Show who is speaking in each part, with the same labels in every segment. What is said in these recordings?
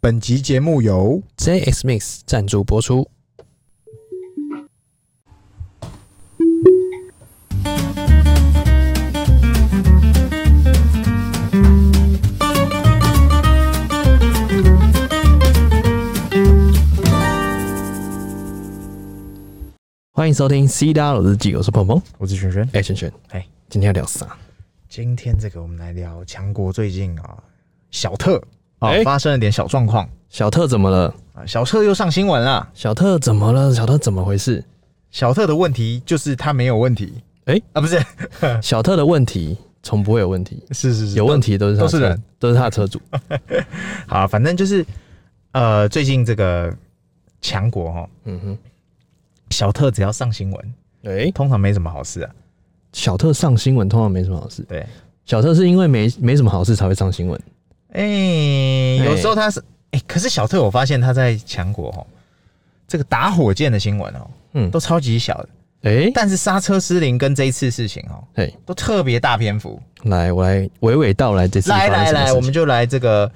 Speaker 1: 本集节目由
Speaker 2: JX Mix 赞助播出。欢迎收听《C 大佬日记》，我是鹏鹏，
Speaker 1: 我是璇璇。
Speaker 2: 哎、轩轩，
Speaker 1: 哎
Speaker 2: 今天要聊啥？
Speaker 1: 今天这个我们来聊强国最近啊，小特啊、
Speaker 2: 哎
Speaker 1: 发生了点小状况
Speaker 2: 小特怎么了？
Speaker 1: 啊，小特又上新闻了。
Speaker 2: 小特怎么了？小特怎么回事？
Speaker 1: 小特的问题就是他没有问题，
Speaker 2: 哎
Speaker 1: 啊，不是，
Speaker 2: 小特的问题从不会有问题，
Speaker 1: 是是是
Speaker 2: 有问题都是他
Speaker 1: 都是
Speaker 2: 车
Speaker 1: 人，
Speaker 2: 都是他的车主。
Speaker 1: 好，反正就是呃，最近这个强国哈，
Speaker 2: 嗯哼，
Speaker 1: 小特只要上新闻，
Speaker 2: 哎、
Speaker 1: 通常没什么好事啊。
Speaker 2: 小特上新闻通常没什么好事，
Speaker 1: 对，
Speaker 2: 小特是因为没没什么好事才会上新闻。
Speaker 1: 哎、有时候他是哎、可是小特我发现他在强国哈，这个打火箭的新闻哦，
Speaker 2: 嗯
Speaker 1: 都超级小的，
Speaker 2: 哎、
Speaker 1: 但是刹车失灵跟这一次事情哦，
Speaker 2: 哎、
Speaker 1: 都特别大篇幅。
Speaker 2: 来，我来娓娓道来这次
Speaker 1: 来
Speaker 2: 发
Speaker 1: 来
Speaker 2: 生什么事
Speaker 1: 来，
Speaker 2: 情
Speaker 1: 我们就来这个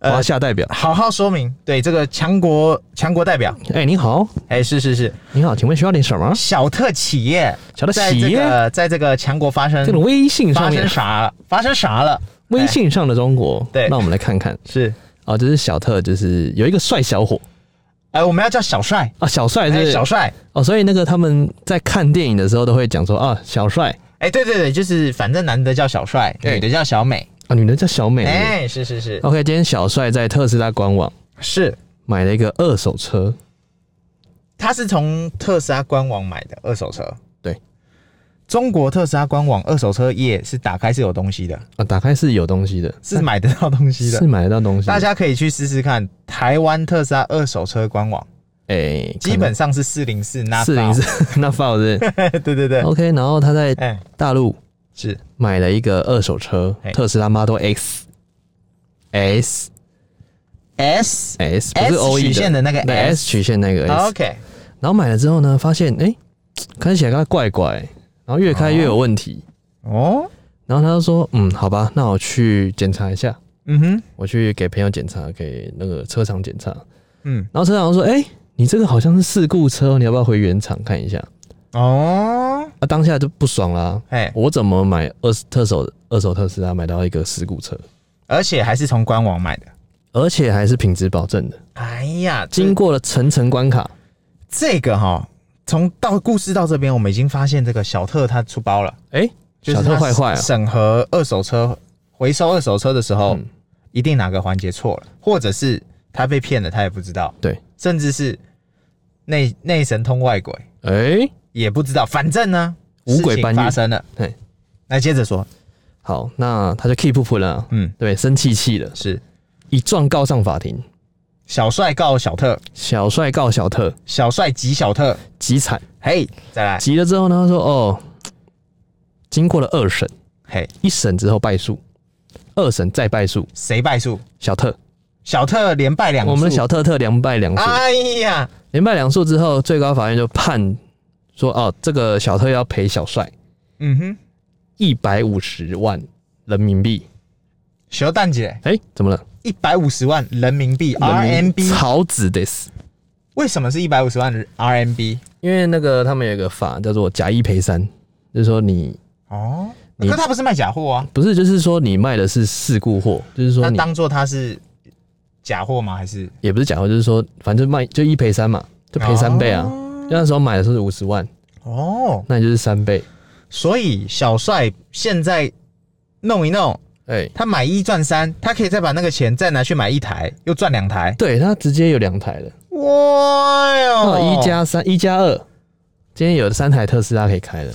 Speaker 1: 呃
Speaker 2: 华夏代表，
Speaker 1: 好好说明。对，这个强国强国代表，
Speaker 2: 哎、你好，
Speaker 1: 哎、是是是，
Speaker 2: 你好，请问需要点什么？
Speaker 1: 小特企业
Speaker 2: 小特
Speaker 1: 在
Speaker 2: 呃企
Speaker 1: 这
Speaker 2: 业，
Speaker 1: 个在这个强国发生
Speaker 2: 这种微信上
Speaker 1: 发
Speaker 2: 面
Speaker 1: 生，啥了？发生啥了？
Speaker 2: 微信上的中国，
Speaker 1: 对
Speaker 2: 那我们来看看
Speaker 1: 是
Speaker 2: 哦，就是小特，就是有一个帅小伙
Speaker 1: 哎、我们要叫小帅，
Speaker 2: 啊，小帅是不
Speaker 1: 哎
Speaker 2: 是、
Speaker 1: 小帅。
Speaker 2: 哦，所以那个他们在看电影的时候都会讲说啊，小帅
Speaker 1: 哎、对对对，就是反正男的叫小帅，
Speaker 2: 哎
Speaker 1: 女的叫小美。
Speaker 2: 啊，女的叫小美。
Speaker 1: 哎、是是是
Speaker 2: OK，今天小帅在特斯拉官网
Speaker 1: 是，
Speaker 2: 买了一个二手车，
Speaker 1: 他是从特斯拉官网买的二手车。
Speaker 2: 对，
Speaker 1: 中国特斯拉官网二手车页是打开是有东西的，
Speaker 2: 啊，打开是有东西的，
Speaker 1: 是买得到东西的
Speaker 2: 是。买得到东西的。
Speaker 1: 大家可以去试试看台湾特斯拉二手车官网，
Speaker 2: 哎、
Speaker 1: 基本上是四零四哦那
Speaker 2: 四零，四 那 f 是不是
Speaker 1: 对对对，
Speaker 2: OK，然后他在
Speaker 1: 哎、
Speaker 2: 大陆
Speaker 1: 是哎
Speaker 2: 买了一个二手车
Speaker 1: 嘿，
Speaker 2: 特斯拉 Model X。S
Speaker 1: S
Speaker 2: S 不是
Speaker 1: S
Speaker 2: O E
Speaker 1: 曲线的那个 S
Speaker 2: S 曲线那个 S，
Speaker 1: OK，
Speaker 2: 然后买了之后呢，发现哎、看起来它怪怪，然后越开越有问题，
Speaker 1: 哦，
Speaker 2: 然后他就说嗯，好吧，那我去检查一下，
Speaker 1: 嗯哼，
Speaker 2: 我去给朋友检查，给那个车厂检查，
Speaker 1: 嗯，
Speaker 2: 然后车厂说：“哎、你这个好像是事故车，你要不要回原厂看一下
Speaker 1: 哦，？”
Speaker 2: 啊，当下就不爽啦、
Speaker 1: 哎、
Speaker 2: 我怎么买二手特手二手特斯拉买到一个事故车，
Speaker 1: 而且还是从官网买的。
Speaker 2: 而且还是品质保证的，
Speaker 1: 哎呀，这
Speaker 2: 经过了层层关卡。
Speaker 1: 这个哈，从到故事到这边，我们已经发现这个小特他出包了，
Speaker 2: 哎、
Speaker 1: 就是
Speaker 2: 小特
Speaker 1: 他
Speaker 2: 坏坏啊
Speaker 1: 审核二手车、回收二手车的时候，
Speaker 2: 嗯
Speaker 1: 一定哪个环节错了，或者是他被骗了，他也不知道，
Speaker 2: 对，
Speaker 1: 甚至是内内神通外鬼
Speaker 2: 哎、
Speaker 1: 也不知道，反正呢，
Speaker 2: 五
Speaker 1: 事
Speaker 2: 鬼
Speaker 1: 情
Speaker 2: 搬运
Speaker 1: 发生了。
Speaker 2: 对，
Speaker 1: 那接着说，
Speaker 2: 好，那他就 keep 不了，
Speaker 1: 嗯，
Speaker 2: 对，生气气了，
Speaker 1: 是
Speaker 2: 以状告上法庭，
Speaker 1: 小帅告小特，
Speaker 2: 小帅告小特，
Speaker 1: 小帅急小特，
Speaker 2: 极惨，
Speaker 1: 嘿，再来，
Speaker 2: 急了之后呢，他说：“哦，经过了二审，
Speaker 1: 嘿，
Speaker 2: 一审之后败诉，二审再败诉，
Speaker 1: 谁败诉？
Speaker 2: 小特，
Speaker 1: 小特连败两，
Speaker 2: 我们的，小特特两败两诉。”
Speaker 1: 哎呀，
Speaker 2: 连败两诉之后，最高法院就判说，哦，这个小特要赔小帅
Speaker 1: 嗯哼，
Speaker 2: 一百五十万人民币。
Speaker 1: 小蛋姐。
Speaker 2: 哎、怎么了？
Speaker 1: 一百五十万人民币
Speaker 2: 人民币
Speaker 1: RMB，
Speaker 2: 超值 this，
Speaker 1: 为什么是一百五十万 RMB？
Speaker 2: 因为那个他们有一个法叫做假一赔三，就是说你
Speaker 1: 哦，
Speaker 2: 你
Speaker 1: 可他不是卖假货啊，
Speaker 2: 不是，就是说你卖的是事故货，就是说
Speaker 1: 那
Speaker 2: 你
Speaker 1: 当做他是假货吗？还是
Speaker 2: 也不是假货，就是说反正卖就一赔三嘛，就赔三倍啊。那时候买的时候是五十万，
Speaker 1: 哦？
Speaker 2: 那你就是三倍。
Speaker 1: 所以小帅现在弄一弄，
Speaker 2: 哎、
Speaker 1: 他买一赚三，他可以再把那个钱再拿去买一台，又赚两台。
Speaker 2: 对他直接有两台了，
Speaker 1: 哇哟
Speaker 2: 哦，一加三，一加二，今天有三台特斯拉可以开了。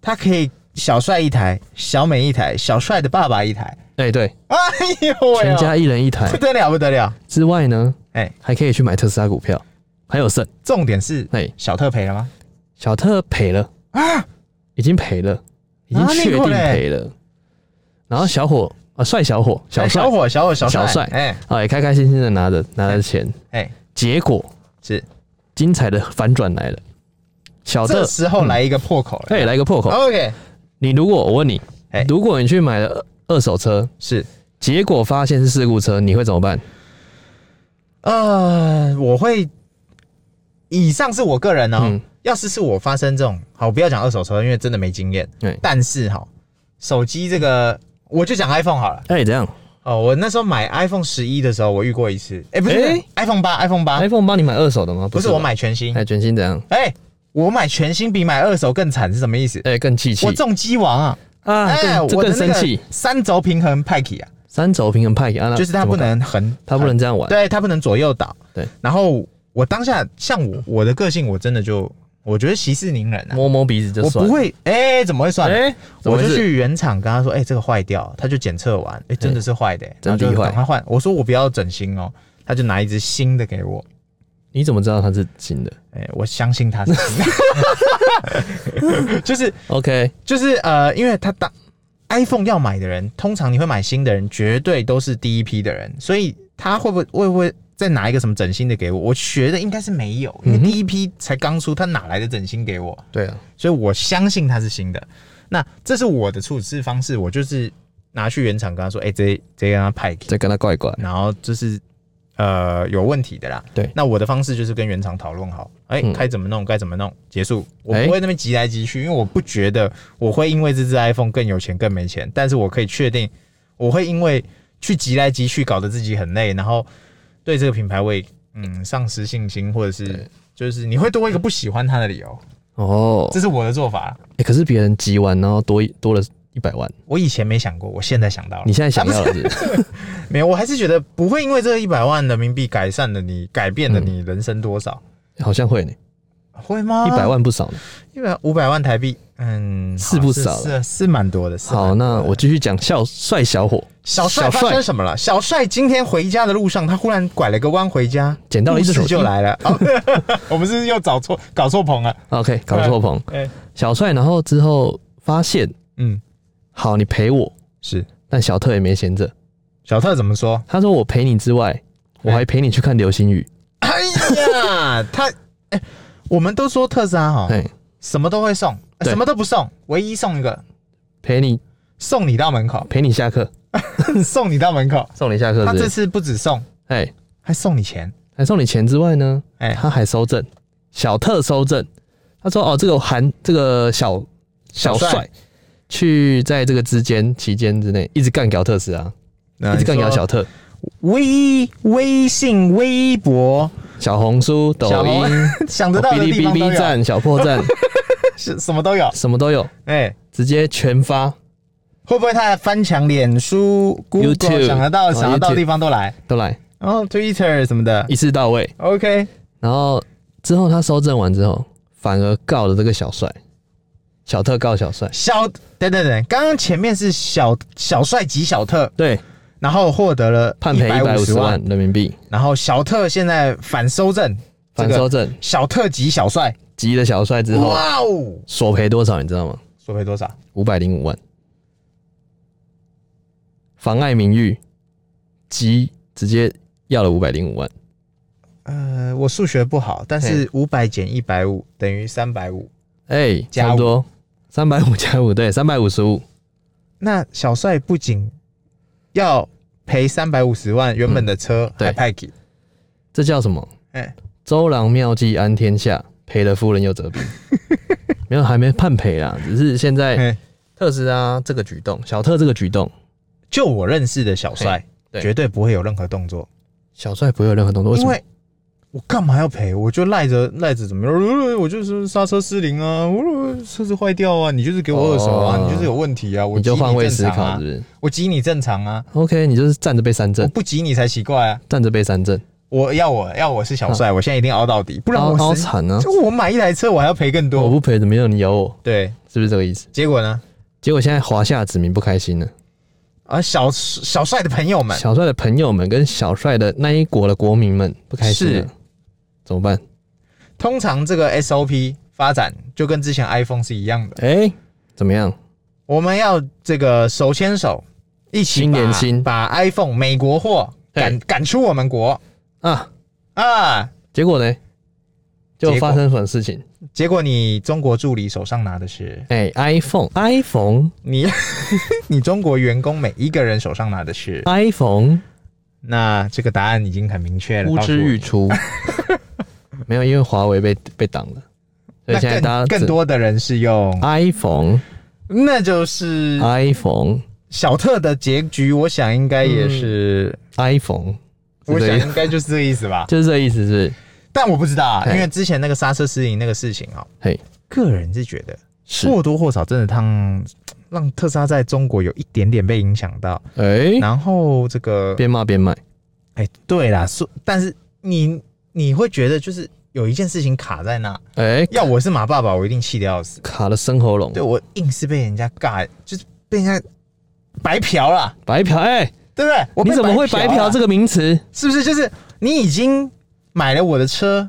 Speaker 1: 他可以小帅一台，小美一台，小帅的爸爸一台。
Speaker 2: 哎、对，
Speaker 1: 哎呦喂、
Speaker 2: 全家一人一台
Speaker 1: 不得了不得了！
Speaker 2: 之外呢，
Speaker 1: 哎、
Speaker 2: 还可以去买特斯拉股票，还有剩。
Speaker 1: 重点是
Speaker 2: 哎、
Speaker 1: 小特赔了吗？
Speaker 2: 小特赔了
Speaker 1: 啊
Speaker 2: 已经赔了，已经确定赔了。然后小伙啊，帅小伙，小
Speaker 1: 哎
Speaker 2: 帅
Speaker 1: 小伙，小伙，小
Speaker 2: 小帅
Speaker 1: 哎
Speaker 2: 啊，也开开心心的拿着拿着钱。
Speaker 1: 哎，
Speaker 2: 结果
Speaker 1: 是
Speaker 2: 精彩的反转来了，小
Speaker 1: 这
Speaker 2: 特
Speaker 1: 时候来一个嗯破口了。
Speaker 2: 哎、来一个破口，
Speaker 1: ，OK，
Speaker 2: 你如果我问你
Speaker 1: 哎，
Speaker 2: 如果你去买了二二手车，
Speaker 1: 是
Speaker 2: 结果发现是事故车，你会怎么办？
Speaker 1: 呃，我会，以上是我个人哦。
Speaker 2: 嗯
Speaker 1: 要是是我发生这种，好，不要讲二手车，因为真的没经验。
Speaker 2: 对
Speaker 1: 但是哈，手机这个，我就讲 iPhone 好了。
Speaker 2: 哎，怎样
Speaker 1: 哦，我那时候买 iPhone 十一的时候，我遇过一次。哎、不是、
Speaker 2: 哎
Speaker 1: iPhone 八，iPhone 八，
Speaker 2: ？iPhone 帮你买二手的吗？
Speaker 1: 啊不是
Speaker 2: 吧
Speaker 1: 我，买全新。哎、
Speaker 2: 哎，全新怎样？
Speaker 1: 我买全新比买二手更惨是什么意思？
Speaker 2: 哎，更气气
Speaker 1: 我中机王啊！
Speaker 2: 啊，
Speaker 1: 哎、
Speaker 2: 更这
Speaker 1: 我的
Speaker 2: 更
Speaker 1: 那
Speaker 2: 生
Speaker 1: 个
Speaker 2: 气。
Speaker 1: 三轴平衡派克啊，
Speaker 2: 三轴平衡派给安娜，
Speaker 1: 就是它
Speaker 2: 怎么
Speaker 1: 不
Speaker 2: 搞，
Speaker 1: 能横，
Speaker 2: 他不能这样玩。
Speaker 1: 对，它不能左右倒。
Speaker 2: 对，
Speaker 1: 然后我当下像我我的个性，我真的就我觉得息事宁人啊，
Speaker 2: 摸摸鼻子就
Speaker 1: 我
Speaker 2: 算
Speaker 1: 不
Speaker 2: 了。
Speaker 1: 会，哎、怎么会算？
Speaker 2: 哎，怎
Speaker 1: 我
Speaker 2: 么回
Speaker 1: 就
Speaker 2: 事
Speaker 1: 去原厂跟他说，哎、这个坏掉，他就检测完，哎、真的是坏的、
Speaker 2: 真
Speaker 1: 然后就
Speaker 2: 厉害
Speaker 1: 赶快换。我说我不要整新哦，他就拿一只新的给我，
Speaker 2: 你怎么知道它是新的
Speaker 1: 哎、我相信他是新 的， 就是
Speaker 2: ？OK，
Speaker 1: 就是呃，因为他当 iPhone 要买的人，通常你会买新的人，绝对都是第一批的人，所以他会不会会不会再拿一个什么整新的给我？我觉得应该是没有，因为
Speaker 2: 嗯哼
Speaker 1: 第一批才刚出，他哪来的整新给我？
Speaker 2: 对啊，
Speaker 1: 所以我相信它是新的。那这是我的处置方式，我就是拿去原厂跟他说，哎、这这跟他派给，
Speaker 2: 再跟他怪怪。
Speaker 1: 然后就是呃有问题的啦。
Speaker 2: 对
Speaker 1: 那我的方式就是跟原厂讨论好，哎、
Speaker 2: 嗯
Speaker 1: 该怎么弄该怎么弄，结束。我
Speaker 2: 哎
Speaker 1: 不会那边急来急去，因为我不觉得我会因为这只 iPhone 更有钱更没钱，但是我可以确定，我会因为去急来急去搞得自己很累，然后对这个品牌会嗯丧失信心，或者是
Speaker 2: 对
Speaker 1: 就是你会多一个不喜欢它的理由，
Speaker 2: 哦，
Speaker 1: 这是我的做法。
Speaker 2: 欸可是别人集完然后多一多了一百万，
Speaker 1: 我以前没想过，我现在想到了。
Speaker 2: 你现在想
Speaker 1: 啊
Speaker 2: 要
Speaker 1: 不
Speaker 2: 的是
Speaker 1: 是没有？我还是觉得不会因为这一百万人民币改善了你，改变
Speaker 2: 嗯
Speaker 1: 了你人生多少？
Speaker 2: 好像会呢，
Speaker 1: 会吗？
Speaker 2: 一百，万不少呢。
Speaker 1: 一百五百万台币，嗯，
Speaker 2: 是
Speaker 1: 好
Speaker 2: 不少
Speaker 1: 是是是蛮多的。是啊蛮
Speaker 2: 好，那我继续讲笑帅小伙，
Speaker 1: 小帅
Speaker 2: 小
Speaker 1: 发生
Speaker 2: 帅
Speaker 1: 什么了？小帅今天回家的路上，他忽然拐了个弯回家，
Speaker 2: 捡到了一只
Speaker 1: 故事
Speaker 2: 手机
Speaker 1: 就来 了。哦 我们是不是又找错搞错棚了？
Speaker 2: ，OK，搞错棚，
Speaker 1: 哎，
Speaker 2: 小帅，然后之后发现，
Speaker 1: 嗯，
Speaker 2: 好，你陪我，
Speaker 1: 是
Speaker 2: 但小特也没闲着，
Speaker 1: 小特怎么说？
Speaker 2: 他说我陪你之外，我还陪你去看流星雨，
Speaker 1: 哎呀， 他哎，我们都说特斯拉哈，
Speaker 2: 哎，
Speaker 1: 什么都会送，呃
Speaker 2: 对
Speaker 1: 什么都不送，唯一送一个
Speaker 2: 陪你
Speaker 1: 送你到门 口，
Speaker 2: 陪你下课，
Speaker 1: 送你到门口。
Speaker 2: 送你下课
Speaker 1: 他
Speaker 2: 是
Speaker 1: 这
Speaker 2: 不是，
Speaker 1: 次不止送，
Speaker 2: 哎，
Speaker 1: 还送你钱。
Speaker 2: 还送你钱之外呢，
Speaker 1: 哎、
Speaker 2: 他还收证，小特收证。他说：“哦，这个韩这个小小
Speaker 1: 小帅
Speaker 2: 帅去在这个之间期间之内一直干掉特斯拉，
Speaker 1: 那
Speaker 2: 一直干掉
Speaker 1: 你说
Speaker 2: 小特、
Speaker 1: 微微信、微博、
Speaker 2: 小红书、抖
Speaker 1: 小红
Speaker 2: 音、
Speaker 1: 想得到
Speaker 2: 哔
Speaker 1: 的
Speaker 2: 哩
Speaker 1: 地
Speaker 2: 哔
Speaker 1: 方都
Speaker 2: 哩
Speaker 1: 有，
Speaker 2: 站、小破站，
Speaker 1: 是什么都有。
Speaker 2: 什么都有，
Speaker 1: 哎、
Speaker 2: 直接全发
Speaker 1: 会不会他翻墙、脸书、Google
Speaker 2: YouTube
Speaker 1: 想得到、
Speaker 2: 哦
Speaker 1: 想得到的
Speaker 2: YouTube
Speaker 1: 地方都来，
Speaker 2: 都来
Speaker 1: 然后 Twitter 什么的。
Speaker 2: 一次到位。
Speaker 1: OK，
Speaker 2: 然后之后他收证完之后，反而告了这个小帅，小特告小帅，
Speaker 1: 小等等等，刚刚前面是小小帅及小特，
Speaker 2: 对，
Speaker 1: 然后获得了
Speaker 2: 判赔一百五
Speaker 1: 150
Speaker 2: 十万，人民币，
Speaker 1: 然后小特现在反收证，这
Speaker 2: 反
Speaker 1: 个
Speaker 2: 收证，
Speaker 1: 小特及小帅，
Speaker 2: 急了小帅之后，
Speaker 1: 哇哦，
Speaker 2: 索赔多少你知道吗？
Speaker 1: 索赔多少？
Speaker 2: 五百零五万，妨碍名誉，及直接要了五百零五万，
Speaker 1: 呃，我数学不好，但是五百减一百五等于三百五。
Speaker 2: 哎、
Speaker 1: 加
Speaker 2: 差不多三百五加五，对，三百五十五，
Speaker 1: 那小帅不仅要赔三百五十万原本的车，
Speaker 2: 嗯对
Speaker 1: 还派给，
Speaker 2: 这叫什么？
Speaker 1: 哎、
Speaker 2: 周郎妙计安天下，赔了夫人又 折兵。没有，还没判赔啦，只是现在
Speaker 1: 哎
Speaker 2: 特斯拉这个举动，小特这个举动，
Speaker 1: 就我认识的小帅
Speaker 2: 嘿，对
Speaker 1: 绝对不会有任何动作，
Speaker 2: 小帅不会有任何动作，为什
Speaker 1: 因
Speaker 2: 么？
Speaker 1: 为我干嘛要赔？我就赖着赖着怎么样？呃我就是刹车失灵啊，我车子坏掉啊，你就是给我二手啊，
Speaker 2: 哦
Speaker 1: 你就是有问题啊，我
Speaker 2: 你就
Speaker 1: 急
Speaker 2: 换位
Speaker 1: 正
Speaker 2: 思
Speaker 1: 常
Speaker 2: 考，
Speaker 1: 啊
Speaker 2: 是不，是
Speaker 1: 我急你正常啊，
Speaker 2: ？OK，你就是站着被三
Speaker 1: 我
Speaker 2: 振，
Speaker 1: 不急你才奇怪啊。
Speaker 2: 站着被三振，
Speaker 1: 我要我要我是小帅，我现在一定熬到底，不然
Speaker 2: 凹
Speaker 1: 我
Speaker 2: 凹
Speaker 1: 死
Speaker 2: 嗯惨啊！
Speaker 1: 就我买一台车，我还要赔更
Speaker 2: 我
Speaker 1: 多。
Speaker 2: 不赔，怎么样？你咬我，
Speaker 1: 对，
Speaker 2: 是不是这个意思？
Speaker 1: 结果呢？
Speaker 2: 结果现在华夏子民不开心了，
Speaker 1: 啊，小小帅的朋友们，
Speaker 2: 小帅的朋友们跟小帅的那一国的国民们不开心
Speaker 1: 是
Speaker 2: 了，怎么办？
Speaker 1: 通常这个 SOP 发展就跟之前 iPhone 是一样的，
Speaker 2: 哎、怎么样？
Speaker 1: 我们要这个手牵手一起
Speaker 2: 心
Speaker 1: 把
Speaker 2: 连心
Speaker 1: 把 iPhone 美国货
Speaker 2: 对
Speaker 1: 赶赶出我们国
Speaker 2: 啊？
Speaker 1: 啊！
Speaker 2: 结果呢？就
Speaker 1: 结果
Speaker 2: 发生什么事情？
Speaker 1: 结果你中国助理手上拿的是
Speaker 2: 哎、i p h o n e i p h o n e
Speaker 1: 你，你中国员工每一个人手上拿的是
Speaker 2: i p h o n e
Speaker 1: 那这个答案已经很明确了，
Speaker 2: 呼
Speaker 1: 告诉
Speaker 2: 之
Speaker 1: 我
Speaker 2: 欲出。 没有，因为华为被被挡了，所以
Speaker 1: 那
Speaker 2: 现在大家啊
Speaker 1: 更更
Speaker 2: 只
Speaker 1: 多的人是用，
Speaker 2: iPhone
Speaker 1: 那就是
Speaker 2: 啊 iPhone
Speaker 1: 小特的结局，我想应该也是，
Speaker 2: iPhone，
Speaker 1: 我
Speaker 2: 嗯是
Speaker 1: 想
Speaker 2: 这个。
Speaker 1: 应该就是这个意思吧
Speaker 2: 就是这个意思是不是？
Speaker 1: 但我不知道啊，
Speaker 2: 嘿
Speaker 1: 因为之前那个刹车失灵那个事情啊、
Speaker 2: 嘿，
Speaker 1: 个人是觉得
Speaker 2: 是，
Speaker 1: 或多或少真的让让特斯拉在中国有一点点被影响到。
Speaker 2: 哎，
Speaker 1: 然后这个，
Speaker 2: 边骂边卖，
Speaker 1: 哎、对啦，说，但是你你会觉得就是有一件事情卡在那，
Speaker 2: 哎，
Speaker 1: 要我是马爸爸，我一定气得要死。
Speaker 2: 卡了生喉咙
Speaker 1: 对，我硬是被人家尬，就是被人家白嫖了，
Speaker 2: 白嫖，哎，
Speaker 1: 对不对？我被
Speaker 2: 你怎么会
Speaker 1: 白啊
Speaker 2: 白嫖
Speaker 1: 了
Speaker 2: 这个名词？
Speaker 1: 是不是就是你已经买了我的车，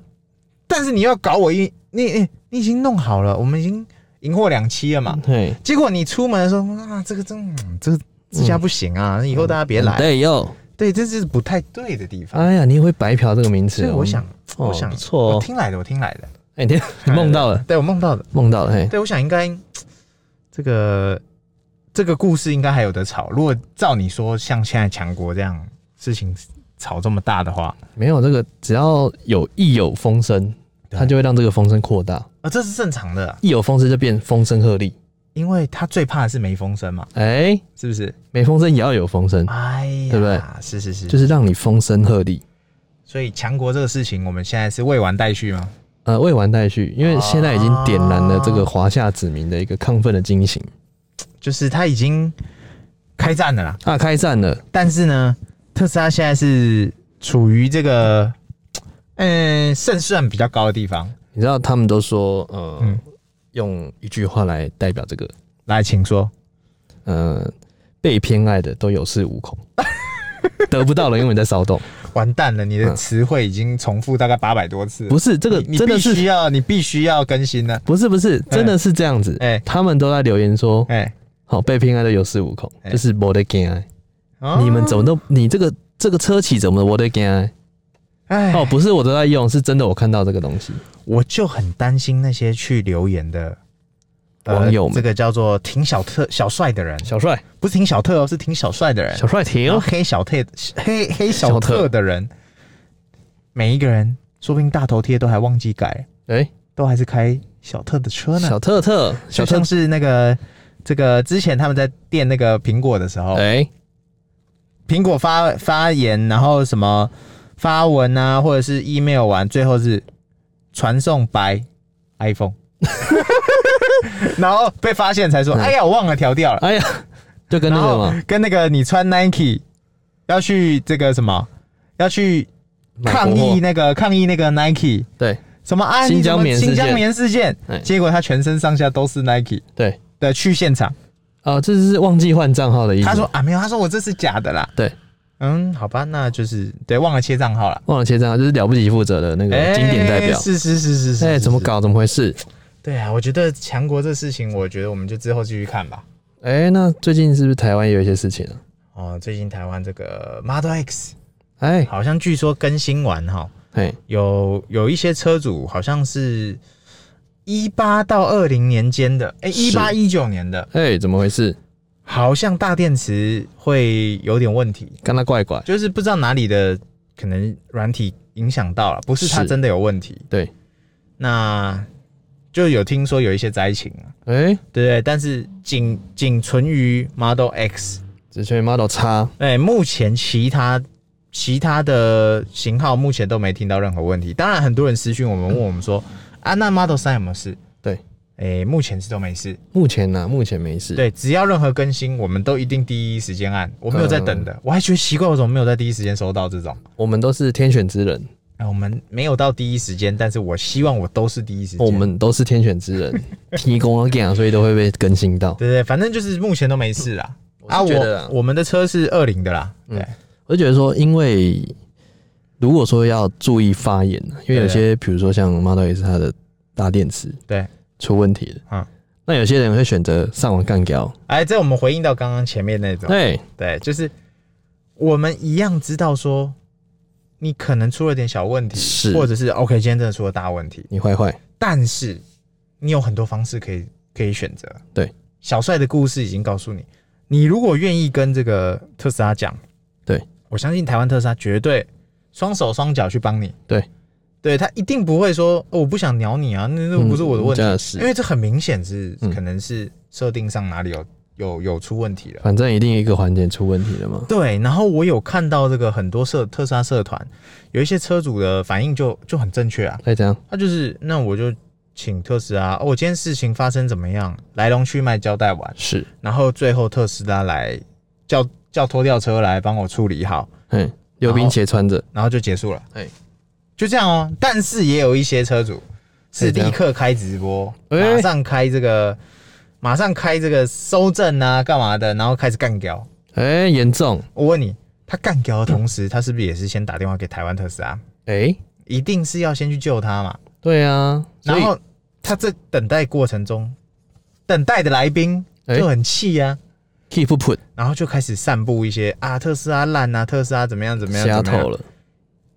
Speaker 1: 但是你要搞我一你你你已经弄好了，我们已经赢货两期了嘛？
Speaker 2: 嘿，
Speaker 1: 结果你出门的时候啊，这个真、嗯这个这家不行啊，
Speaker 2: 嗯
Speaker 1: 以后大家别来。
Speaker 2: 对哟，
Speaker 1: 对，这是不太对的地方。
Speaker 2: 哎呀，你也会白嫖这个名词
Speaker 1: 所以
Speaker 2: 哦，
Speaker 1: 我想，
Speaker 2: 哦
Speaker 1: 我想
Speaker 2: 不错哦
Speaker 1: 我听来的，我听来的，
Speaker 2: 哎，你 你梦到了，
Speaker 1: 对我梦到的。
Speaker 2: 梦到了，嘿，
Speaker 1: 对，我想应该这个这个故事应该还有得吵。如果照你说，像现在强国这样事情吵这么大的话，
Speaker 2: 没有这个，只要有一有风声，
Speaker 1: 对
Speaker 2: 它就会让这个风声扩大，
Speaker 1: 啊，这是正常的啊、
Speaker 2: 一有风声就变风声鹤唳，
Speaker 1: 因为他最怕的是没风声嘛，
Speaker 2: 哎，
Speaker 1: 是不是？
Speaker 2: 没风声也要有风声，
Speaker 1: 哎呀，
Speaker 2: 对不对？
Speaker 1: 是是是，
Speaker 2: 就是让你风声鹤唳。
Speaker 1: 所以强国这个事情，我们现在是未完待续吗？
Speaker 2: 呃，未完待续，因为现在已经点燃了这个华夏子民的一个亢奋的惊醒
Speaker 1: 就是他已经开战了啦，
Speaker 2: 啊！开战了，
Speaker 1: 但是呢，特斯拉现在是处于这个嗯胜算比较高的地方。
Speaker 2: 你知道他们都说，呃，
Speaker 1: 嗯
Speaker 2: 用一句话来代表这个，
Speaker 1: 来，请说。
Speaker 2: 呃，被偏爱的都有恃无恐，得不到了，因为你在骚动。
Speaker 1: 完蛋了，你的词汇已经重复大概八百多次了。
Speaker 2: 嗯不是这个，
Speaker 1: 你你
Speaker 2: 真的
Speaker 1: 必须
Speaker 2: 是
Speaker 1: 要，你必须要更新呢。
Speaker 2: 不是不是，真的是这样子。
Speaker 1: 哎
Speaker 2: 他们都在留言说，
Speaker 1: 哎，
Speaker 2: 好、被偏爱的有恃无恐，
Speaker 1: 哎
Speaker 2: 就是我的偏爱。
Speaker 1: 哦
Speaker 2: 你们怎么都，你这个这个车企怎么我的偏爱？
Speaker 1: 哎，
Speaker 2: 哦，不是我都在用，是真的我看到这个东西。
Speaker 1: 我就很担心那些去留言的、呃
Speaker 2: 网友们
Speaker 1: 这个叫做挺小特小帅的人，
Speaker 2: 小帅，
Speaker 1: 不是挺小特哦，是挺小帅的人，
Speaker 2: 小帅停
Speaker 1: 然后。黑小特黑黑小
Speaker 2: 小
Speaker 1: 特
Speaker 2: 特
Speaker 1: 的人，每一个人说不定大头贴都还忘记改，
Speaker 2: 哎、
Speaker 1: 都还是开小特的车呢，
Speaker 2: 小特特，小
Speaker 1: 就
Speaker 2: 特
Speaker 1: 像，是那个。这个之前他们在电那个苹果的时候，
Speaker 2: 哎、
Speaker 1: 苹果发发言，然后什么发文啊，或者是 email 完，最后是传送白 iPhone，然后被发现才说，
Speaker 2: 嗯
Speaker 1: 哎呀，我忘了调掉了。
Speaker 2: 哎呀，就跟那个
Speaker 1: 然
Speaker 2: 嘛
Speaker 1: 后，跟那个你穿 Nike 要去这个什么，要去
Speaker 2: 买
Speaker 1: 抗
Speaker 2: 国
Speaker 1: 议
Speaker 2: 货
Speaker 1: 那个抗议那个 Nike
Speaker 2: 对
Speaker 1: 什么啊，
Speaker 2: 新
Speaker 1: 你怎
Speaker 2: 疆
Speaker 1: 么
Speaker 2: 棉事件
Speaker 1: 新疆棉事件
Speaker 2: 哎，
Speaker 1: 结果他全身上下都是 Nike
Speaker 2: 对，
Speaker 1: 的去现场，
Speaker 2: 哦，这是忘记换账号的意思。
Speaker 1: 他说啊没有，他说我这是假的啦。
Speaker 2: 对，
Speaker 1: 嗯，好吧，那就是对忘了切账号了。
Speaker 2: 忘了切账号，就是了不起负责的那个
Speaker 1: 哎，
Speaker 2: 经典代表。
Speaker 1: 是是是是是，
Speaker 2: 哎，
Speaker 1: 是
Speaker 2: 怎么？搞？怎么回事？
Speaker 1: 是对啊，我觉得强国这事情，我觉得我们就之后继续看吧。
Speaker 2: 哎，那最近是不是台湾也有一些事情啊？
Speaker 1: 哦，最近台湾这个 Model X
Speaker 2: 哎
Speaker 1: 好像据说更新完哈，
Speaker 2: 哎，
Speaker 1: 有有一些车主好像是一八到二零年间的，哎、一
Speaker 2: 是
Speaker 1: 八一九年的，
Speaker 2: 哎，怎么回事？
Speaker 1: 好像大电池会有点问题，
Speaker 2: 跟他怪怪。
Speaker 1: 就是不知道哪里的可能软体影响到了，不是它
Speaker 2: 是
Speaker 1: 真的有问题。
Speaker 2: 对，
Speaker 1: 那就有听说有一些灾情啊。
Speaker 2: 哎，
Speaker 1: 对对，但是仅仅存于 Model X。
Speaker 2: 只缺 Model 叉。
Speaker 1: 哎、目前其他其他的型号目前都没听到任何问题。当然，很多人私讯我们问我们说，啊，那 Model 三有没有事？
Speaker 2: 对，
Speaker 1: 哎、目前是都没事。
Speaker 2: 目前呢，目前没事。，
Speaker 1: 对，只要任何更新，我们都一定第一时间按。我没有在等的，
Speaker 2: 嗯
Speaker 1: 我还觉得奇怪，我怎么没有在第一时间收到这种？
Speaker 2: 我们都是天选之人，
Speaker 1: 哎、我们没有到第一时间，但是我希望我都是第一时间。
Speaker 2: 哦我们都是天选之人， 提供了 g 所以都会被更新到。
Speaker 1: 对对，反正就是目前都没事啦。
Speaker 2: 我
Speaker 1: 啊，
Speaker 2: 是觉得嗯
Speaker 1: 我
Speaker 2: 啊
Speaker 1: 我们的车是二零的啦，对，
Speaker 2: 我就觉得说，因为如果说要注意发炎，因为有些
Speaker 1: 啊
Speaker 2: 比如说像 Model S 它的大电池
Speaker 1: 对
Speaker 2: 出问题了，
Speaker 1: 嗯
Speaker 2: 那有些人会选择上网干掉，哎
Speaker 1: 哎，这我们回应到刚刚前面那种，
Speaker 2: 对，
Speaker 1: 对，啊就是我们一样知道说，你可能出了点小问题，
Speaker 2: 是
Speaker 1: 或者是 OK，今天真的出了大问题，
Speaker 2: 你坏坏，
Speaker 1: 但是你有很多方式可以可以选择。
Speaker 2: 对，
Speaker 1: 小帅的故事已经告诉你，你如果愿意跟这个特斯拉讲，
Speaker 2: 对，
Speaker 1: 我相信台湾特斯拉绝对双手双脚去帮你。
Speaker 2: 对，
Speaker 1: 对他一定不会说、哦、我不想鸟你啊，那那不是我的问题，
Speaker 2: 嗯这样是
Speaker 1: 因为这很明显是、
Speaker 2: 嗯
Speaker 1: 可能是设定上哪里有有有出问题了。
Speaker 2: 反正一定一个环节出问题了嘛。
Speaker 1: 对，然后我有看到这个很多社特斯拉社团有一些车主的反应就就很正确啊，
Speaker 2: 再这样，
Speaker 1: 他就是那我就请特斯拉、哦，我今天事情发生怎么样，来龙去脉交代完，
Speaker 2: 是，
Speaker 1: 然后最后特斯拉来叫叫拖吊车来帮我处理好，
Speaker 2: 嗯，溜冰鞋穿着，
Speaker 1: 然后就结束了，
Speaker 2: 哎
Speaker 1: 就这样哦。但是也有一些车主是立刻开直播，
Speaker 2: 哎
Speaker 1: 马上开这个，马上开这个收证啊，干嘛的，然后开始干掉。
Speaker 2: 哎、严重，
Speaker 1: 我问你，他干掉的同时，他是不是也是先打电话给台湾特斯拉？
Speaker 2: 哎、
Speaker 1: 一定是要先去救他嘛。
Speaker 2: 对啊，所以
Speaker 1: 然后他这等待过程中，等待的来宾
Speaker 2: 哎
Speaker 1: 就很气呀、
Speaker 2: keep put
Speaker 1: 然后就开始散布一些啊，特斯拉烂啊，特斯拉怎么样怎么样
Speaker 2: 瞎
Speaker 1: 怎么
Speaker 2: 透
Speaker 1: 样。
Speaker 2: 了，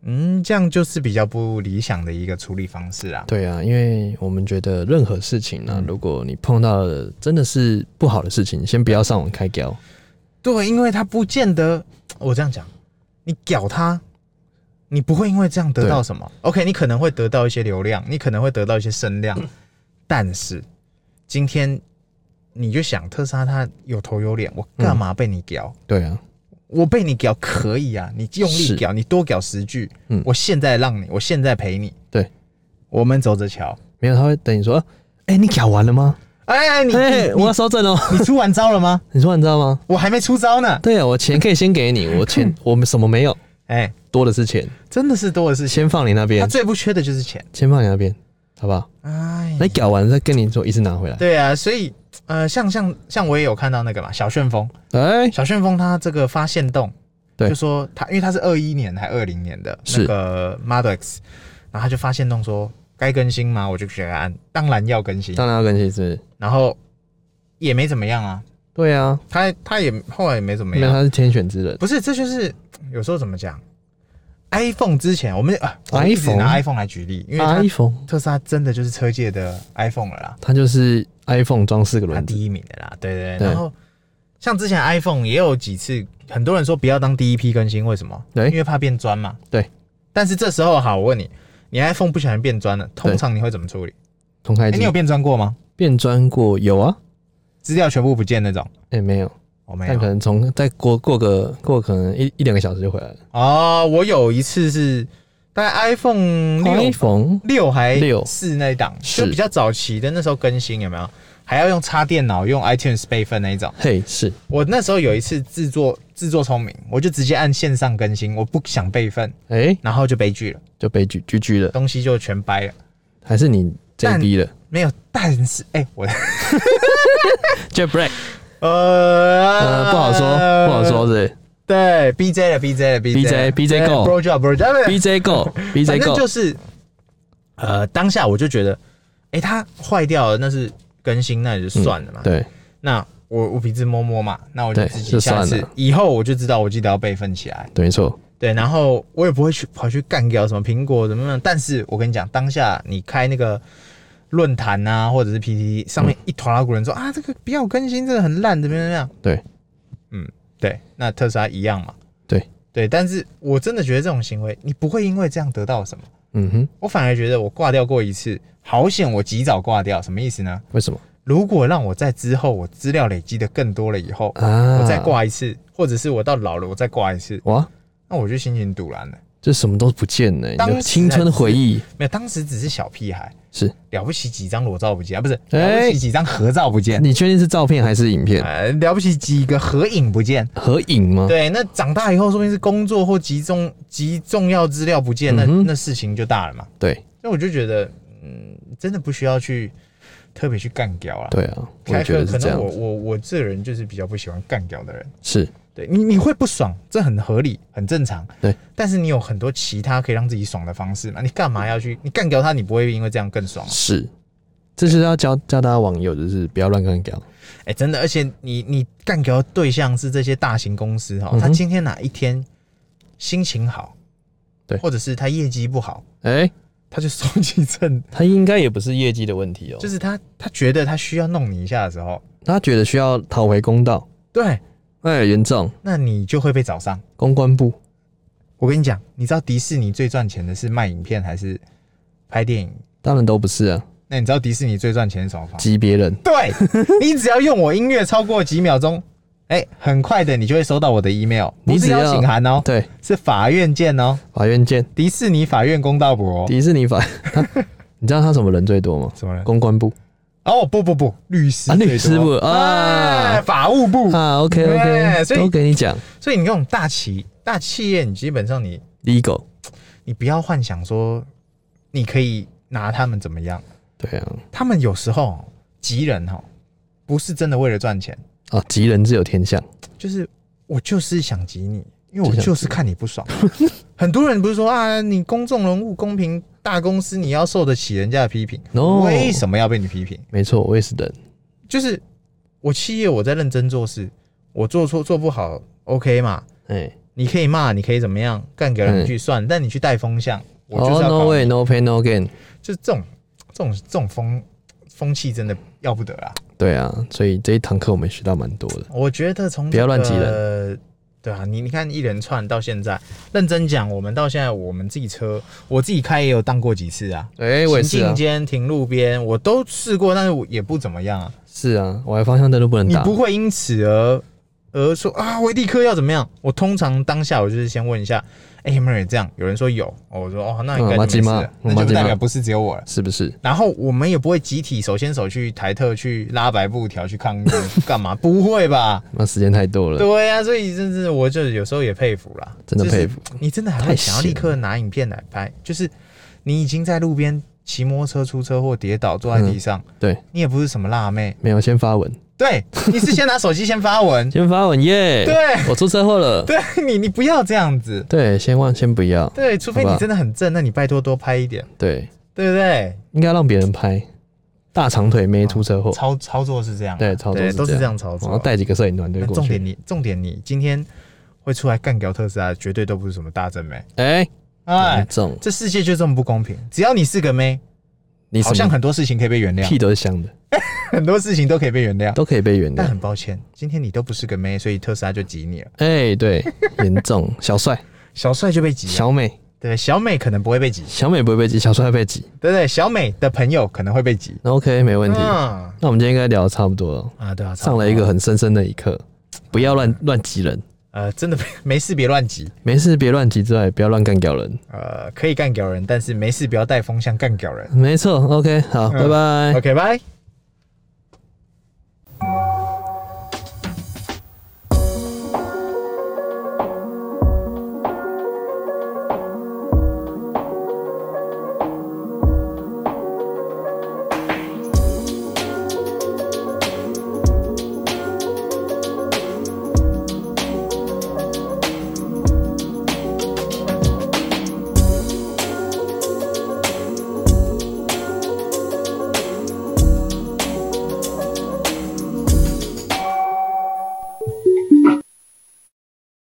Speaker 1: 嗯，这样就是比较不理想的一个处理方式啊。
Speaker 2: 对啊，因为我们觉得任何事情
Speaker 1: 嗯
Speaker 2: 呢、如果你碰到了真的是不好的事情，先不要上网开胶，
Speaker 1: 对，因为他不见得，我这样讲，你屌他，你不会因为这样得到什么。OK，你可能会得到一些流量，你可能会得到一些声量，
Speaker 2: 嗯
Speaker 1: 但是今天你就想特斯拉它有头有脸，我干嘛被你屌？
Speaker 2: 对啊，
Speaker 1: 我被你屌可以啊，你用力
Speaker 2: 是
Speaker 1: 屌，你多屌十句，
Speaker 2: 嗯
Speaker 1: 我现在让你，我现在陪你，
Speaker 2: 对，
Speaker 1: 我们走着瞧。
Speaker 2: 没有他会等你说，哎、你搞完了吗？
Speaker 1: 哎，你、
Speaker 2: 哎、
Speaker 1: 你
Speaker 2: 我要收证哦，
Speaker 1: 你出完招了吗？
Speaker 2: 你说你知道吗？
Speaker 1: 我还没出招呢。
Speaker 2: 对啊，我钱可以先给你，我钱我们什么没有，
Speaker 1: 哎，
Speaker 2: 多的是钱，
Speaker 1: 真的是多的是钱，
Speaker 2: 先放你那
Speaker 1: 他
Speaker 2: 边，
Speaker 1: 最不缺的就是钱。
Speaker 2: 先放你那边，好不好？
Speaker 1: 哎，
Speaker 2: 那搞完再跟你说一次拿回来，
Speaker 1: 对啊，所以呃，像像像我也有看到那个嘛，小旋风，
Speaker 2: 哎、
Speaker 1: 小旋风他这个发现洞，
Speaker 2: 对
Speaker 1: 就说他因为他是二一年还二零年的
Speaker 2: 是
Speaker 1: 那个 Model X，然后他就发现洞说该更新吗？我就给他按，当然要更新，
Speaker 2: 当然要更新是不是，
Speaker 1: 然后也没怎么样啊，
Speaker 2: 对啊，
Speaker 1: 他他也后来也没怎么
Speaker 2: 没有
Speaker 1: 样，
Speaker 2: 他是天选之人，
Speaker 1: 不是，这就是有时候怎么讲，iPhone 之前我们啊，我一直
Speaker 2: iPhone？啊
Speaker 1: 拿 iPhone 来举例，因为它
Speaker 2: iPhone，
Speaker 1: 特斯拉真的就是车界的 iPhone 了啦。
Speaker 2: 它就是 iPhone 装四个
Speaker 1: 他
Speaker 2: 轮子，
Speaker 1: 第一名的啦，对对对。
Speaker 2: 对
Speaker 1: 然后像之前 iPhone 也有几次，很多人说不要当第一批更新，为什么？
Speaker 2: 对
Speaker 1: 因为怕变砖嘛。
Speaker 2: 对。
Speaker 1: 但是这时候好，我问你，你 iPhone 不小心变砖了，通
Speaker 2: 对
Speaker 1: 常你会怎么处理？
Speaker 2: 重开
Speaker 1: 哎、你
Speaker 2: 机
Speaker 1: 有，变砖过吗？
Speaker 2: 变砖过有啊，
Speaker 1: 资料全部不见那种？
Speaker 2: 哎没有，
Speaker 1: 我、没
Speaker 2: 但可
Speaker 1: 有。
Speaker 2: 能从再过过个过可能一一两个小时就回来了
Speaker 1: 哦，我有一次是大概 iPhone 六
Speaker 2: 哦，iPhone
Speaker 1: 六还
Speaker 2: 六
Speaker 1: 四那一档，
Speaker 2: 是
Speaker 1: 就比较早期的那时候更新有没有？还要用插电脑用 iTunes 备份那一种。
Speaker 2: 嘿是
Speaker 1: 我那时候有一次自作自作聪明，我就直接按线上更新，我不想备份，
Speaker 2: 哎、
Speaker 1: 然后就悲剧了，
Speaker 2: 就被拒拒拒了，
Speaker 1: 东西就全掰了。
Speaker 2: 还是你 JB 了
Speaker 1: 没有，但是哎、我
Speaker 2: j b r e a k
Speaker 1: 呃
Speaker 2: 呃不好说不好说，是
Speaker 1: 对，BJ 了，BJ 了
Speaker 2: BJ
Speaker 1: 了
Speaker 2: BJ go
Speaker 1: Bro Job，Bro Job，
Speaker 2: 不 是 BJ Go
Speaker 1: 呃反
Speaker 2: BJ
Speaker 1: 正
Speaker 2: Go
Speaker 1: 就是呃，当下我就觉得，哎、它坏掉了，那是更新，那也就算了嘛。
Speaker 2: 嗯对
Speaker 1: 那我我鼻子摸摸嘛，那我就
Speaker 2: 对
Speaker 1: 自己
Speaker 2: 就
Speaker 1: 下
Speaker 2: 算
Speaker 1: 次
Speaker 2: 了
Speaker 1: 以后我就知道，我记得要备份起来。
Speaker 2: 对没错，
Speaker 1: 对，然后我也不会去跑去干掉什么苹果怎么样，但是我跟你讲，当下你开那个论坛啊，或者是 PPT 上面一团拉古人
Speaker 2: 嗯
Speaker 1: 说、啊，这个不要更新，这个很烂，怎么样怎么样？
Speaker 2: 对，
Speaker 1: 嗯，对，那特斯拉一样嘛。
Speaker 2: 对
Speaker 1: 对，但是我真的觉得这种行为，你不会因为这样得到什么，
Speaker 2: 嗯哼，
Speaker 1: 我反而觉得我挂掉过一次，好险我及早挂掉，什么意思呢？
Speaker 2: 为什么
Speaker 1: 如果让我在之后我资料累积的更多了以后，
Speaker 2: 啊？
Speaker 1: 我再挂一次，或者是我到老了我再挂一次，
Speaker 2: 哇，
Speaker 1: 那我就心情堵然了。
Speaker 2: 这什么都不见了，你
Speaker 1: 当
Speaker 2: 的
Speaker 1: 时
Speaker 2: 青春回忆
Speaker 1: 没有，当时只是小屁孩，
Speaker 2: 是
Speaker 1: 了不起几张裸照不见，啊、不是
Speaker 2: 哎嗯
Speaker 1: 了不起几张合照不见，
Speaker 2: 你确定是照片还是影片？
Speaker 1: 呃，了不起几个合影不见。
Speaker 2: 合影吗？
Speaker 1: 对，那长大以后，说不定是工作或极重极重要资料不见，那、
Speaker 2: 嗯哼
Speaker 1: 那事情就大了嘛。
Speaker 2: 对
Speaker 1: 那我就觉得，嗯，真的不需要去特别去干掉了。，
Speaker 2: 对啊，我
Speaker 1: 开
Speaker 2: 也觉
Speaker 1: 课
Speaker 2: 得
Speaker 1: 可
Speaker 2: 是
Speaker 1: 能
Speaker 2: 这样
Speaker 1: 我
Speaker 2: 子，
Speaker 1: 我我这人就是比较不喜欢干掉的人。
Speaker 2: 是
Speaker 1: 对你你会不爽，这很合理，很正常。
Speaker 2: 对，
Speaker 1: 但是你有很多其他可以让自己爽的方式嘛？你干嘛要去？你干掉他，你不会因为这样更爽吗？
Speaker 2: 是，这是要教教大家网友，就是不要乱干掉。
Speaker 1: 哎、真的，而且你你干掉的对象是这些大型公司哈、
Speaker 2: 嗯哼
Speaker 1: 他今天哪一天心情好，
Speaker 2: 对
Speaker 1: 或者是他业绩不好，
Speaker 2: 哎，
Speaker 1: 他就收起证，
Speaker 2: 他应该也不是业绩的问题哦，
Speaker 1: 就是他他觉得他需要弄你一下的时候，
Speaker 2: 他觉得需要讨回公道，
Speaker 1: 对
Speaker 2: 那也严重。
Speaker 1: 那你就会被找上。
Speaker 2: 公关部
Speaker 1: 我跟你讲，你知道迪士尼最赚钱的是卖影片还是拍电影？
Speaker 2: 当然都不是啊，
Speaker 1: 那你知道迪士尼最赚钱是什么方法？
Speaker 2: 挤别人。
Speaker 1: 对你只要用我音乐超过几秒钟，哎、很快的你就会收到我的 email，
Speaker 2: 你
Speaker 1: 不是
Speaker 2: 只要
Speaker 1: 邀请函哦，
Speaker 2: 对，
Speaker 1: 是法院见哦，
Speaker 2: 法院见。
Speaker 1: 迪士尼法院公道部哦。
Speaker 2: 迪士尼法，他 你知道他什么人最多吗？
Speaker 1: 什么人
Speaker 2: 公关部
Speaker 1: 哦，不不不，律师
Speaker 2: 啊
Speaker 1: 最多
Speaker 2: 律师部啊
Speaker 1: 哎法务部。
Speaker 2: 啊。OK
Speaker 1: 对
Speaker 2: OK，
Speaker 1: 所以
Speaker 2: 都给你讲
Speaker 1: 所以你那种大企大企业，你基本上你
Speaker 2: legal。
Speaker 1: 你不要幻想说你可以拿他们怎么样，
Speaker 2: 对啊，
Speaker 1: 他们有时候哦急人哈，不是真的为了赚钱，
Speaker 2: 啊，吉人自有天相。
Speaker 1: 就是我就是想急你，因为我
Speaker 2: 就想急
Speaker 1: 就是看你不爽。很多人不是说啊，你公众人物公平，大公司你要受得起人家的批评
Speaker 2: No
Speaker 1: 为什么要被你批评？
Speaker 2: 没错，我也是人。
Speaker 1: 就是我企业我在认真做事，我做错做不好，OK 嘛？
Speaker 2: 哎，
Speaker 1: 你可以骂，你可以怎么样，干给人去算，但你去带风向，我就是
Speaker 2: 嗯哦
Speaker 1: 要搞
Speaker 2: ，no
Speaker 1: 你
Speaker 2: way no pain no gain。
Speaker 1: 就是这种这种这种风风气真的要不得啊！
Speaker 2: 对啊，所以这一堂课我们学到蛮多的。
Speaker 1: 我觉得从、这个、
Speaker 2: 不要乱挤
Speaker 1: 人，对啊，你你看一连串到现在，认真讲，我们到现在我们自己车，我自己开也有当过几次啊，
Speaker 2: 哎，
Speaker 1: 行
Speaker 2: 我也是
Speaker 1: 进
Speaker 2: 啊，
Speaker 1: 间停路边我都试过，但是我也不怎么样啊。
Speaker 2: 是啊，我还方向灯都不能
Speaker 1: 你
Speaker 2: 打。
Speaker 1: 不会因此而而说啊，我立刻要怎么样？我通常当下我就是先问一下，哎、有没有人这样？有人说有，哦我说哦，那应该就
Speaker 2: 嗯马
Speaker 1: 没
Speaker 2: 吉
Speaker 1: 事
Speaker 2: 妈
Speaker 1: 了，
Speaker 2: 嗯
Speaker 1: 那
Speaker 2: 马
Speaker 1: 就
Speaker 2: 吉
Speaker 1: 代
Speaker 2: 妈
Speaker 1: 表不是只有我了。
Speaker 2: 是不是？
Speaker 1: 然后我们也不会集体手牵手去台特去拉白布条去抗议 干嘛？不会吧？
Speaker 2: 那时间太多了，
Speaker 1: 对呀、所以真是我就有时候也佩服啦，
Speaker 2: 真的佩服。
Speaker 1: 你真的还会想要
Speaker 2: 太闲了
Speaker 1: 立刻拿影片来拍，就是你已经在路边骑摩托车出车祸跌倒
Speaker 2: 嗯
Speaker 1: 坐在地上，
Speaker 2: 对，
Speaker 1: 你也不是什么辣妹，
Speaker 2: 没有先发文，
Speaker 1: 对，你是先拿手机先发文，
Speaker 2: 先发文耶。
Speaker 1: 对，
Speaker 2: 我出车祸 了。
Speaker 1: 对你你不要这样子，
Speaker 2: 对，先忘，先不要。
Speaker 1: 对，除非
Speaker 2: 好
Speaker 1: 你
Speaker 2: 吧
Speaker 1: 真的很正，那你拜托多拍一点，
Speaker 2: 对，
Speaker 1: 对不对？
Speaker 2: 应该让别人拍。大长腿妹出车祸，
Speaker 1: 操操作是这样啊，
Speaker 2: 对操作是
Speaker 1: 都是
Speaker 2: 这样
Speaker 1: 这样操
Speaker 2: 然
Speaker 1: 作啊
Speaker 2: 后，带几个摄影团队
Speaker 1: 那
Speaker 2: 过
Speaker 1: 重
Speaker 2: 去
Speaker 1: 点。你重点你今天会出来干掉特斯拉，绝对都不是什么大正妹。
Speaker 2: 哎，
Speaker 1: 哎
Speaker 2: 严，重，
Speaker 1: 这世界就这么不公平，只要你是个妹，
Speaker 2: 你
Speaker 1: 好
Speaker 2: 什
Speaker 1: 像
Speaker 2: 么
Speaker 1: 很多事情可以被原谅
Speaker 2: 屁，都是香的，
Speaker 1: 很多事情都可以被原谅。
Speaker 2: 都可以被原
Speaker 1: 但
Speaker 2: 谅。
Speaker 1: 很抱歉，今天你都不是个妹，所以特斯拉就挤你了。
Speaker 2: 哎，对，严重。小帅、
Speaker 1: 小帅就被挤了，
Speaker 2: 小美、
Speaker 1: 对，小美可能不会被挤，
Speaker 2: 小美不会被挤，小帅会被挤。
Speaker 1: 对不对？小美的朋友可能会被挤。
Speaker 2: 那 OK，没问题。
Speaker 1: 嗯
Speaker 2: 那我们今天应该聊的差不多了，
Speaker 1: 啊，对啊，差
Speaker 2: 上
Speaker 1: 不多
Speaker 2: 了一个很深深的一课，不要乱乱挤人，
Speaker 1: 呃，真的没事别乱挤，
Speaker 2: 没事别乱挤之外，不要乱干掉人。
Speaker 1: 呃，可以干掉人，但是没事不要带风向干掉人。
Speaker 2: 没错，OK，好，拜拜。
Speaker 1: OK，拜。